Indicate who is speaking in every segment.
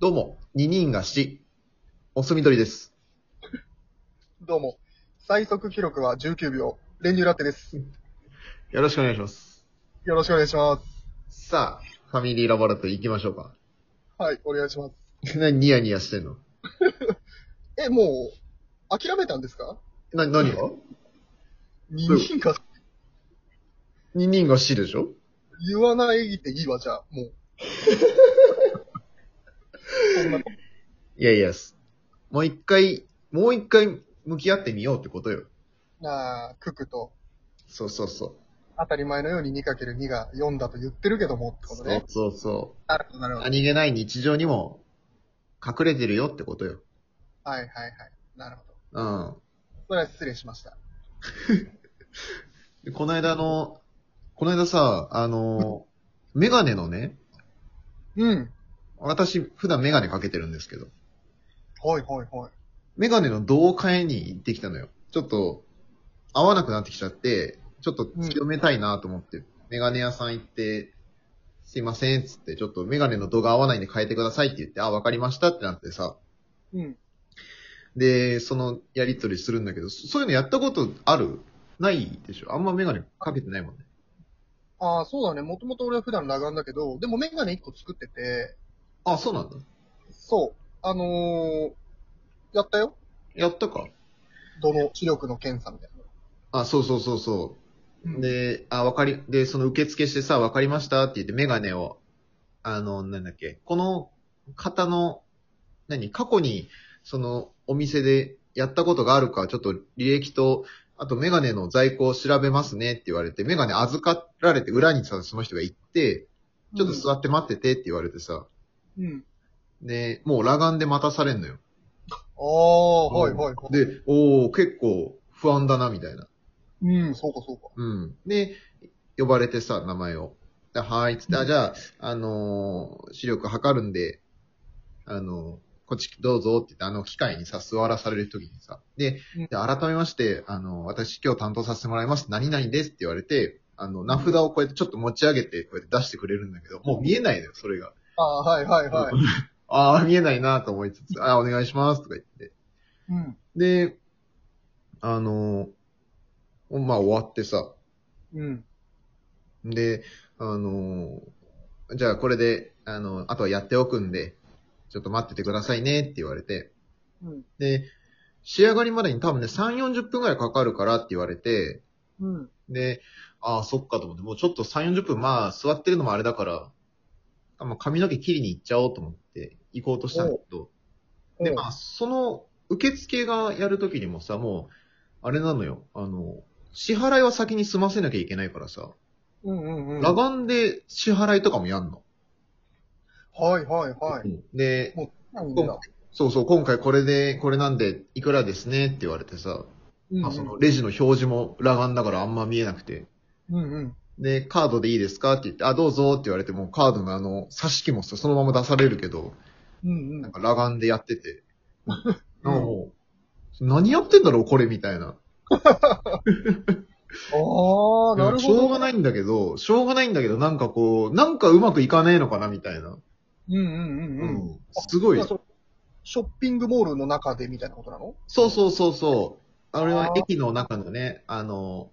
Speaker 1: どうも、二人がし、おすみどりです。
Speaker 2: どうも。最速記録は19秒。練乳ラテです。
Speaker 1: よろしくお願いします。
Speaker 2: よろしくお願いします。
Speaker 1: さあ、ファミリーラボラトリー行きましょうか。
Speaker 2: はい、お願いします。
Speaker 1: 何ニヤニヤしてんの
Speaker 2: え、もう、諦めたんですか
Speaker 1: な、何が
Speaker 2: 二
Speaker 1: そう
Speaker 2: 人が
Speaker 1: 二人がしでしょ
Speaker 2: 言わないっていいわ、じゃあ、もう。そんない
Speaker 1: やいや、すもう一回、もう一回向き合ってみようってことよ。
Speaker 2: なあ、ククと、
Speaker 1: そうそうそう。
Speaker 2: 当たり前のように 2×2 が4だと言ってるけどもってこ
Speaker 1: そ
Speaker 2: と
Speaker 1: う
Speaker 2: ね。
Speaker 1: そうそ
Speaker 2: なるほど、なる
Speaker 1: う。
Speaker 2: ほど。
Speaker 1: 何気ない日常にも隠れてるよってことよ。
Speaker 2: はい、はい、はい。なるほど。
Speaker 1: うん。
Speaker 2: それは失礼しました。
Speaker 1: でこの間の、この間さ、あの、メガネのね、
Speaker 2: うん。
Speaker 1: 私普段メガネかけてるんですけど、
Speaker 2: はい、はい、はい。
Speaker 1: メガネの度を変えに行ってきたのよ。ちょっと、合わなくなってきちゃって、ちょっと強めたいなと思って、メガネ屋さん行って、すいません、つって、ちょっとメガネの度が合わないんで変えてくださいって言って、あ、わかりましたってなってさ。
Speaker 2: うん。
Speaker 1: で、そのやりとりするんだけど、そそういうのやったことあるないでしょあんまメガネかけてないもんね。
Speaker 2: ああ、そうだね。もともと俺は普段裸眼だけど、でもメガネ1個作ってて、
Speaker 1: あ、そうなんだ。
Speaker 2: そう。あのー、やったよ。
Speaker 1: やったか。
Speaker 2: どの視力の検査みたい
Speaker 1: あ、そうそうそうそう。
Speaker 2: な。で、
Speaker 1: で、あ、わかり、で、その受付してさ、わかりましたって言ってメガネを、あの、なんだっけ、この方の、何、過去に、その、お店でやったことがあるか、ちょっと履歴と、あとメガネの在庫を調べますねって言われて、メガネ預かられて裏にさ、その人が行って、ちょっと座って待っててって言われてさ、
Speaker 2: うん。
Speaker 1: で、もう裸眼で待たされんのよ。
Speaker 2: ああ、はいはいはい。
Speaker 1: で、おー、結構不安だな、みたいな。
Speaker 2: うん、そうかそうか。
Speaker 1: うん。で、呼ばれてさ、名前を。ではーい、つって、あ、じゃあ、あのー視力測るんで、あのーこっちどうぞって言って、あの機械にさ、座らされる時にさ、で、
Speaker 2: うん
Speaker 1: で改めまして、あのー私今日担当させてもらいます、何々ですって言われて、あの、名札をこうやってちょっと持ち上げて、こうやって出してくれるんだけど、もう見えないのよ、それが。
Speaker 2: ああ、はいはいはい。
Speaker 1: ああ、見えないなと思いつつ、ああ、お願いしますとか言って。
Speaker 2: うん。
Speaker 1: で、あのーまあ終わってさ、
Speaker 2: うん。
Speaker 1: で、あのーじゃあこれで、あのーあとはやっておくんで、ちょっと待っててくださいねって言われて、
Speaker 2: うん。
Speaker 1: で、仕上がりまでに多分ね、3、40分くらいかかるからって言われて、
Speaker 2: うん。
Speaker 1: で、ああ、そっかと思って、もうちょっと3、40分、まあ、座ってるのもあれだから、あまあ、髪の毛切りに行っちゃおうと思って、行こうとしたんだけど、で、まあ、その、受付がやるときにもさ、もう、あれなのよ、あの、支払いは先に済ませなきゃいけないからさ、
Speaker 2: うんうんうん。
Speaker 1: 裸眼で支払いとかもやんの。
Speaker 2: はいはいはい。
Speaker 1: で、
Speaker 2: なん
Speaker 1: 今回そうそう、今回これで、これなんで、いくらですねって言われてさ、
Speaker 2: うん
Speaker 1: まあそのレジの表示も裸眼だからあんま見えなくて、
Speaker 2: うんうん。
Speaker 1: で、カードでいいですかって言って、あ、どうぞって言われても、カードのあの、差し木もさそのまま出されるけど、
Speaker 2: うんう
Speaker 1: なん
Speaker 2: ん。
Speaker 1: か裸眼でやって て、なんかもう、何やってんだろうこれみたいな。
Speaker 2: ああ、なるほど。。
Speaker 1: しょうがないいんだけど、しょうがないんだけど、なんかこう、なんかうまくいかねえのかなみたいな。
Speaker 2: うんうんうん
Speaker 1: う
Speaker 2: うん。
Speaker 1: んすごい
Speaker 2: まあ。そショッピングモールの中でみたいなことなの
Speaker 1: そうそうそうそう。あれは
Speaker 2: あー
Speaker 1: 駅の中のね、あの、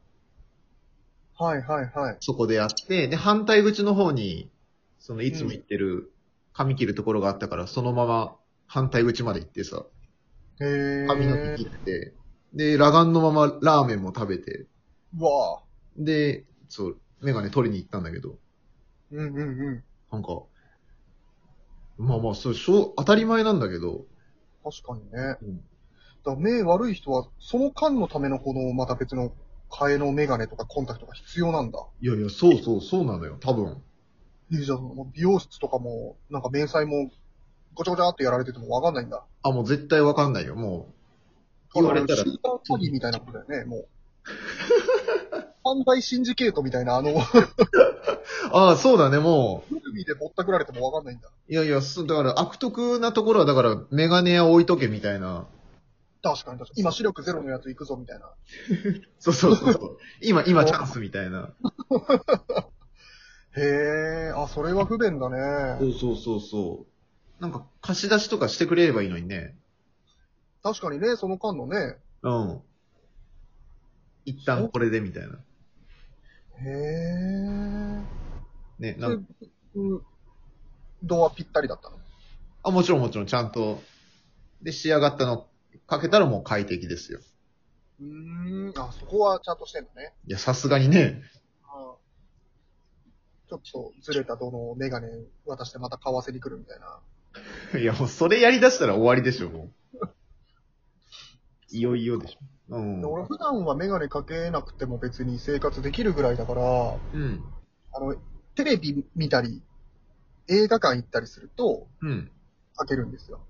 Speaker 2: はいはいはい。
Speaker 1: そこでやって、で、反対口の方に、その、いつも行ってる、髪切るところがあったから、そのまま反対口まで行ってさ、
Speaker 2: へえ。
Speaker 1: 髪の毛切って、で、裸眼のままラーメンも食べて、
Speaker 2: うわあ。
Speaker 1: で、そう、メガネ取りに行ったんだけど、
Speaker 2: うんうんうん。
Speaker 1: なんか、まあまあ、そう、しょう当たり前なんだけど、
Speaker 2: 確かにね。
Speaker 1: うん
Speaker 2: だから目悪い人は、その間のためのこの、また別の替えのメガネとかコンタクトが必要なんだ。
Speaker 1: いやいや、そうそう、そうなのよ、多分。
Speaker 2: えじゃあ、もう美容室とかも、なんか明細も、ごちゃごちゃってやられててもわかんないんだ。
Speaker 1: あ、もう絶対わかんないよ、もう。言われたら
Speaker 2: シ、ーター詐欺みたいなことだよね、もう。犯罪シンジケートみたいな、あの、
Speaker 1: ああ、そうだね、もう、
Speaker 2: 海でぼったくられてもわかんないんだ。
Speaker 1: いやいや、そう、だから悪徳なところは、だから、メガネ屋置いとけみたいな。
Speaker 2: 確かに確かに。今視力ゼロのやつ行くぞ、みたいな。
Speaker 1: そうそうそうそう。今、今チャンスみたいな。
Speaker 2: へえ、あ、それは不便だね。
Speaker 1: うそうそうそなんか貸し出しとかしてくれればいいのにね。
Speaker 2: 確かにね、その間のね、
Speaker 1: うん。一旦これでみたいな。
Speaker 2: へえ。
Speaker 1: ね、なんか
Speaker 2: うんドアぴったりだったの。
Speaker 1: あ、もちろんもちろんちゃんと。で、仕上がったのかけたらもう快適ですよ。
Speaker 2: うーん、あ、そこはちゃんとしてんだね。
Speaker 1: いや、さすがにね。
Speaker 2: あーちょっとずれたどのメガネ渡してまた買わせに来るみたいな。
Speaker 1: いや、もうそれやり出したら終わりでしょ、もう。いよいよでしょ。うん
Speaker 2: で。俺普段はメガネかけなくても別に生活できるぐらいだから、
Speaker 1: うん。
Speaker 2: あの、テレビ見たり、映画館行ったりすると、
Speaker 1: うん。
Speaker 2: かけるんですよ。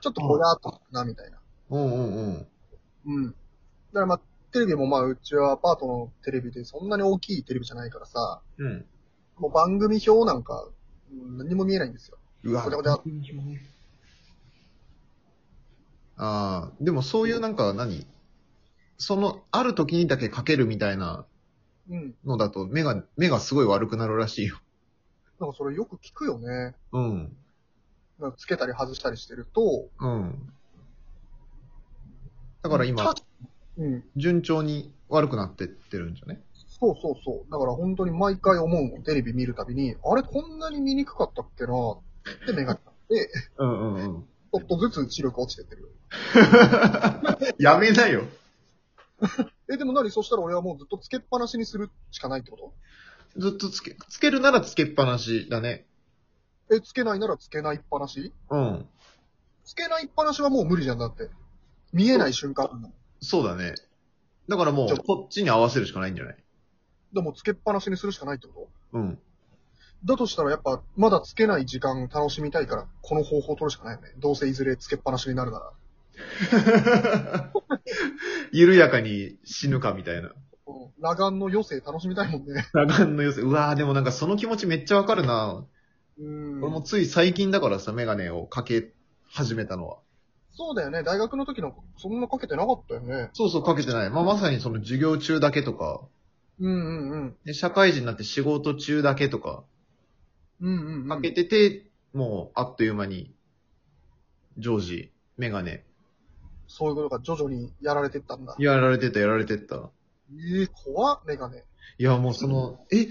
Speaker 2: ちょっとぼやっとするな、みたいな。
Speaker 1: うんうんうん。
Speaker 2: うん。だからまあ、テレビもまあ、うちはアパートのテレビでそんなに大きいテレビじゃないからさ、
Speaker 1: うん。
Speaker 2: もう番組表なんか、うん何も見えないんですよ。
Speaker 1: うわ
Speaker 2: これこれあ
Speaker 1: ああ、でもそういうなんか何その、ある時にだけかけるみたいな
Speaker 2: うん。
Speaker 1: のだと、目が、目がすごい悪くなるらしいよ。
Speaker 2: なんかそれよく聞くよね。
Speaker 1: うん。
Speaker 2: なんかつけたり外したりしてると。
Speaker 1: うん。だから今、
Speaker 2: た。うん。
Speaker 1: 順調に悪くなってってるんじゃね
Speaker 2: そうそうそう。だから本当に毎回思うの。テレビ見るたびに、あれこんなに見にくかったっけなって目がち
Speaker 1: うんうんうん。
Speaker 2: ょっとずつ視力落ちてってる。
Speaker 1: やめなよ。
Speaker 2: え、でも何そしたら俺はもうずっとつけっぱなしにするしかないってこ
Speaker 1: ずっとつけ、つけるならつけっぱなしだね。
Speaker 2: とえ、つけないならつけないっぱなし
Speaker 1: うん。
Speaker 2: つけないっぱなしはもう無理じゃんだって。見えない瞬間あるの。
Speaker 1: そうだね。だからも
Speaker 2: ちょ
Speaker 1: う、こっちに合わせるしかないんじゃない
Speaker 2: でもつけっぱなしにするしかないってこ
Speaker 1: うん。
Speaker 2: とだとしたらやっぱ、まだつけない時間楽しみたいから、この方法を取るしかないよね。どうせいずれつけっぱなしになるなら。
Speaker 1: 緩やかに死ぬかみたいな。
Speaker 2: うん裸眼の余生楽しみたい もんね。
Speaker 1: 裸眼の様子。うわーでもなんかその気持ちめっちゃわかるな、
Speaker 2: うん
Speaker 1: 俺もつい最近だからさ、メガネをかけ始めたのは。
Speaker 2: そうだよね。大学の時の、そんなかけてなかったよね。
Speaker 1: そうそう、かけてない。まあ、まさにその授業中だけとか、
Speaker 2: うんうんうん。
Speaker 1: で社会人になって仕事中だけとか、
Speaker 2: うんうん、うん。
Speaker 1: かけてて、もう、あっという間に、常時、メガネ。
Speaker 2: そういうことが徐々にやられてったんだ。
Speaker 1: やられてた、やられてった。
Speaker 2: ええ怖っ、メガネ。
Speaker 1: いや、もうその、え、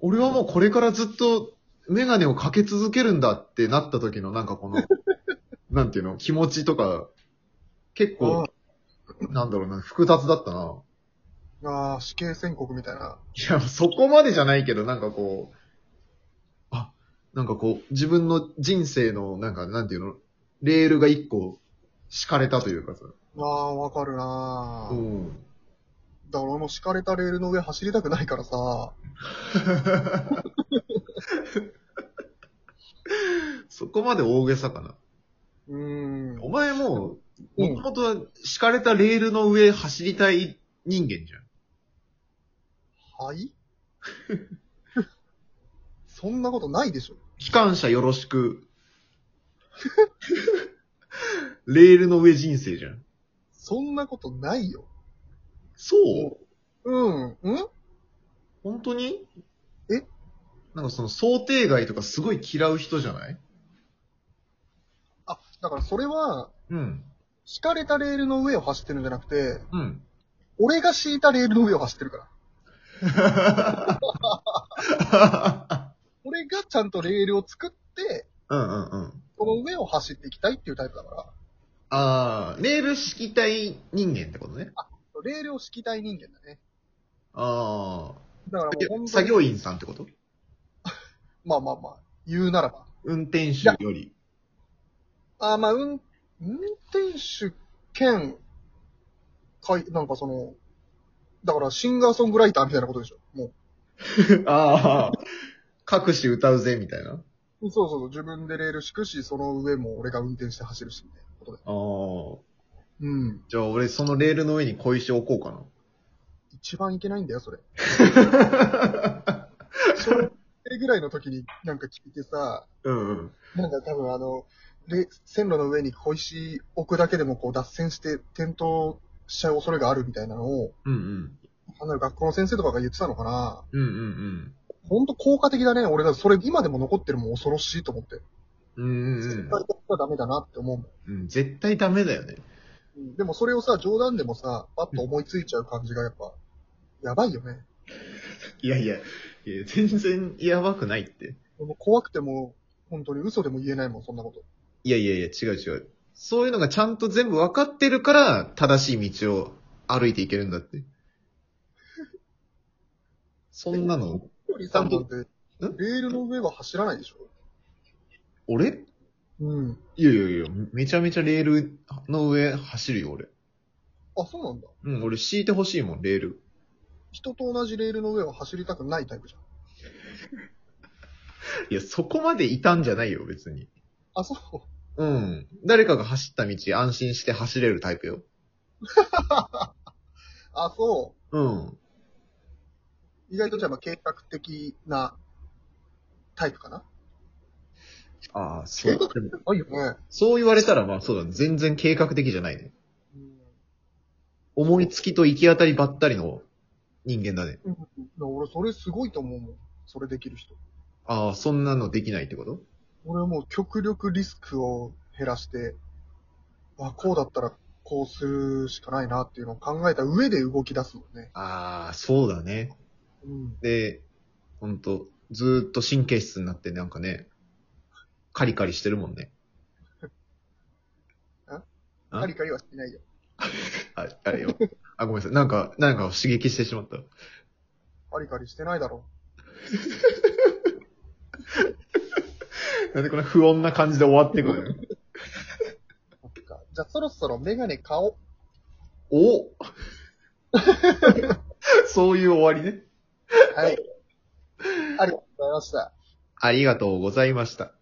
Speaker 1: 俺はもうこれからずっと、メガネをかけ続けるんだってなった時の、なんかこの、なんていうの、気持ちとか、結構、なんだろうな、複雑だったな。
Speaker 2: ああ、死刑宣告みたいな。
Speaker 1: いや、そこまでじゃないけど、なんかこう、あ、なんかこう、自分の人生の、なんか、なんていうの、レールが一個、敷かれたというかさ。
Speaker 2: ああ、わかるな
Speaker 1: う
Speaker 2: ー
Speaker 1: ん。
Speaker 2: だから俺も敷かれたレールの上走りたくないからさ。
Speaker 1: そこまで大げさかな。
Speaker 2: うーん。
Speaker 1: お前もう、
Speaker 2: うん
Speaker 1: もともとは敷かれたレールの上走りたい人間じゃん。
Speaker 2: はいそんなことないでしょ。
Speaker 1: 機関車よろしく。 レールの上人生じゃん。
Speaker 2: そんなことないよ。
Speaker 1: そう
Speaker 2: うん、うん
Speaker 1: 本当に
Speaker 2: え
Speaker 1: なんかその想定外とかすごい嫌う人じゃない
Speaker 2: あ、だからそれは、
Speaker 1: うん。
Speaker 2: 敷かれたレールの上を走ってるんじゃなくて、
Speaker 1: うん。
Speaker 2: 俺が敷いたレールの上を走ってるから。俺がちゃんとレールを作って、
Speaker 1: うんうんうん。
Speaker 2: その上を走っていきたいっていうタイプだから、
Speaker 1: あー、レール敷きたい人間ってことね。
Speaker 2: レールを敷きたい人間だね。
Speaker 1: あ
Speaker 2: だからもう本
Speaker 1: ー。
Speaker 2: 当に
Speaker 1: 作業員さんってこと
Speaker 2: まあまあまあ、言うならば。
Speaker 1: 運転手より。
Speaker 2: あーまあ、運、運転手兼、かい、なんかその、だからシンガーソングライターみたいなことでしょ。も
Speaker 1: あー。各種歌うぜ、みたいな。
Speaker 2: う、そうそうそう、自分でレール敷くし、その上も俺が運転して走るし、みたいなことで。
Speaker 1: あー。
Speaker 2: うん。
Speaker 1: じゃあ俺そのレールの上に小石置こうかな。
Speaker 2: 一番いけないんだよ、それ。小学生ぐらいの時になんか聞いてさ、
Speaker 1: うんうん。
Speaker 2: なんか多分あの、レ線路の上に小石置くだけでもこう脱線して転倒しちゃう恐れがあるみたいなのを、
Speaker 1: うんうん。
Speaker 2: あの学校の先生とかが言ってたのかな
Speaker 1: うんうんうん。
Speaker 2: ほんと効果的だね。俺だ、それ今でも残ってるもん恐ろしいと思って。
Speaker 1: うんうんう
Speaker 2: 絶
Speaker 1: ん
Speaker 2: 対やっちゃダメだなって思うもん。
Speaker 1: うん。絶対ダメだよね。
Speaker 2: うんでもそれをさ、冗談でもさ、パッと思いついちゃう感じがやっぱ、やばいよね。
Speaker 1: いやいや、いや全然やばくないって。
Speaker 2: もう怖くても、本当に嘘でも言えないもん、そんなこと。
Speaker 1: いやいやいや、違う違う。そういうのがちゃんと全部分かってるから、正しい道を歩いていけるんだって。そんなの、
Speaker 2: よりさんなんて、レールの上は走らないでしょ
Speaker 1: 俺
Speaker 2: うん。
Speaker 1: いやいやいや、めちゃめちゃレールの上走るよ、俺。
Speaker 2: あ、そうなんだ。
Speaker 1: うん、俺敷いてほしいもん、レール。
Speaker 2: 人と同じレールの上は走りたくないタイプじゃん。
Speaker 1: いや、そこまでいたんじゃないよ、別に。
Speaker 2: あ、そう。
Speaker 1: うん。誰かが走った道、安心して走れるタイプよ。
Speaker 2: あ、そ
Speaker 1: うん。
Speaker 2: う。意外とじゃあ、まあ、計画的なタイプかな。
Speaker 1: ああ、そう。でも
Speaker 2: あ、いいよね。
Speaker 1: そう言われたら、まあそうだね。全然計画的じゃないね。
Speaker 2: うん。
Speaker 1: 思いつきと行き当たりばったりの人間だね。
Speaker 2: うん俺、それすごいと思うもん。それできる人。
Speaker 1: ああ、そんなのできないってこと
Speaker 2: 俺はもう極力リスクを減らして、あ、こうだったらこうするしかないなっていうのを考えた上で動き出すもんね。
Speaker 1: ああ、そうだね。
Speaker 2: うん。
Speaker 1: で、ほんと、ずーっと神経質になってなんかね、カリカリしてるもんね。あ
Speaker 2: カリカリはしてないよ。
Speaker 1: あ、あれよ。あ、ごめんなさい。なんか、なんかを刺激してしまった。
Speaker 2: カリカリしてないだろ。
Speaker 1: なんでこんな不穏な感じで終わってくる
Speaker 2: そっかじゃあそろそろメガネ買おう。
Speaker 1: のおそういう終わりね。
Speaker 2: はい。ありがとうございました。
Speaker 1: ありがとうございました。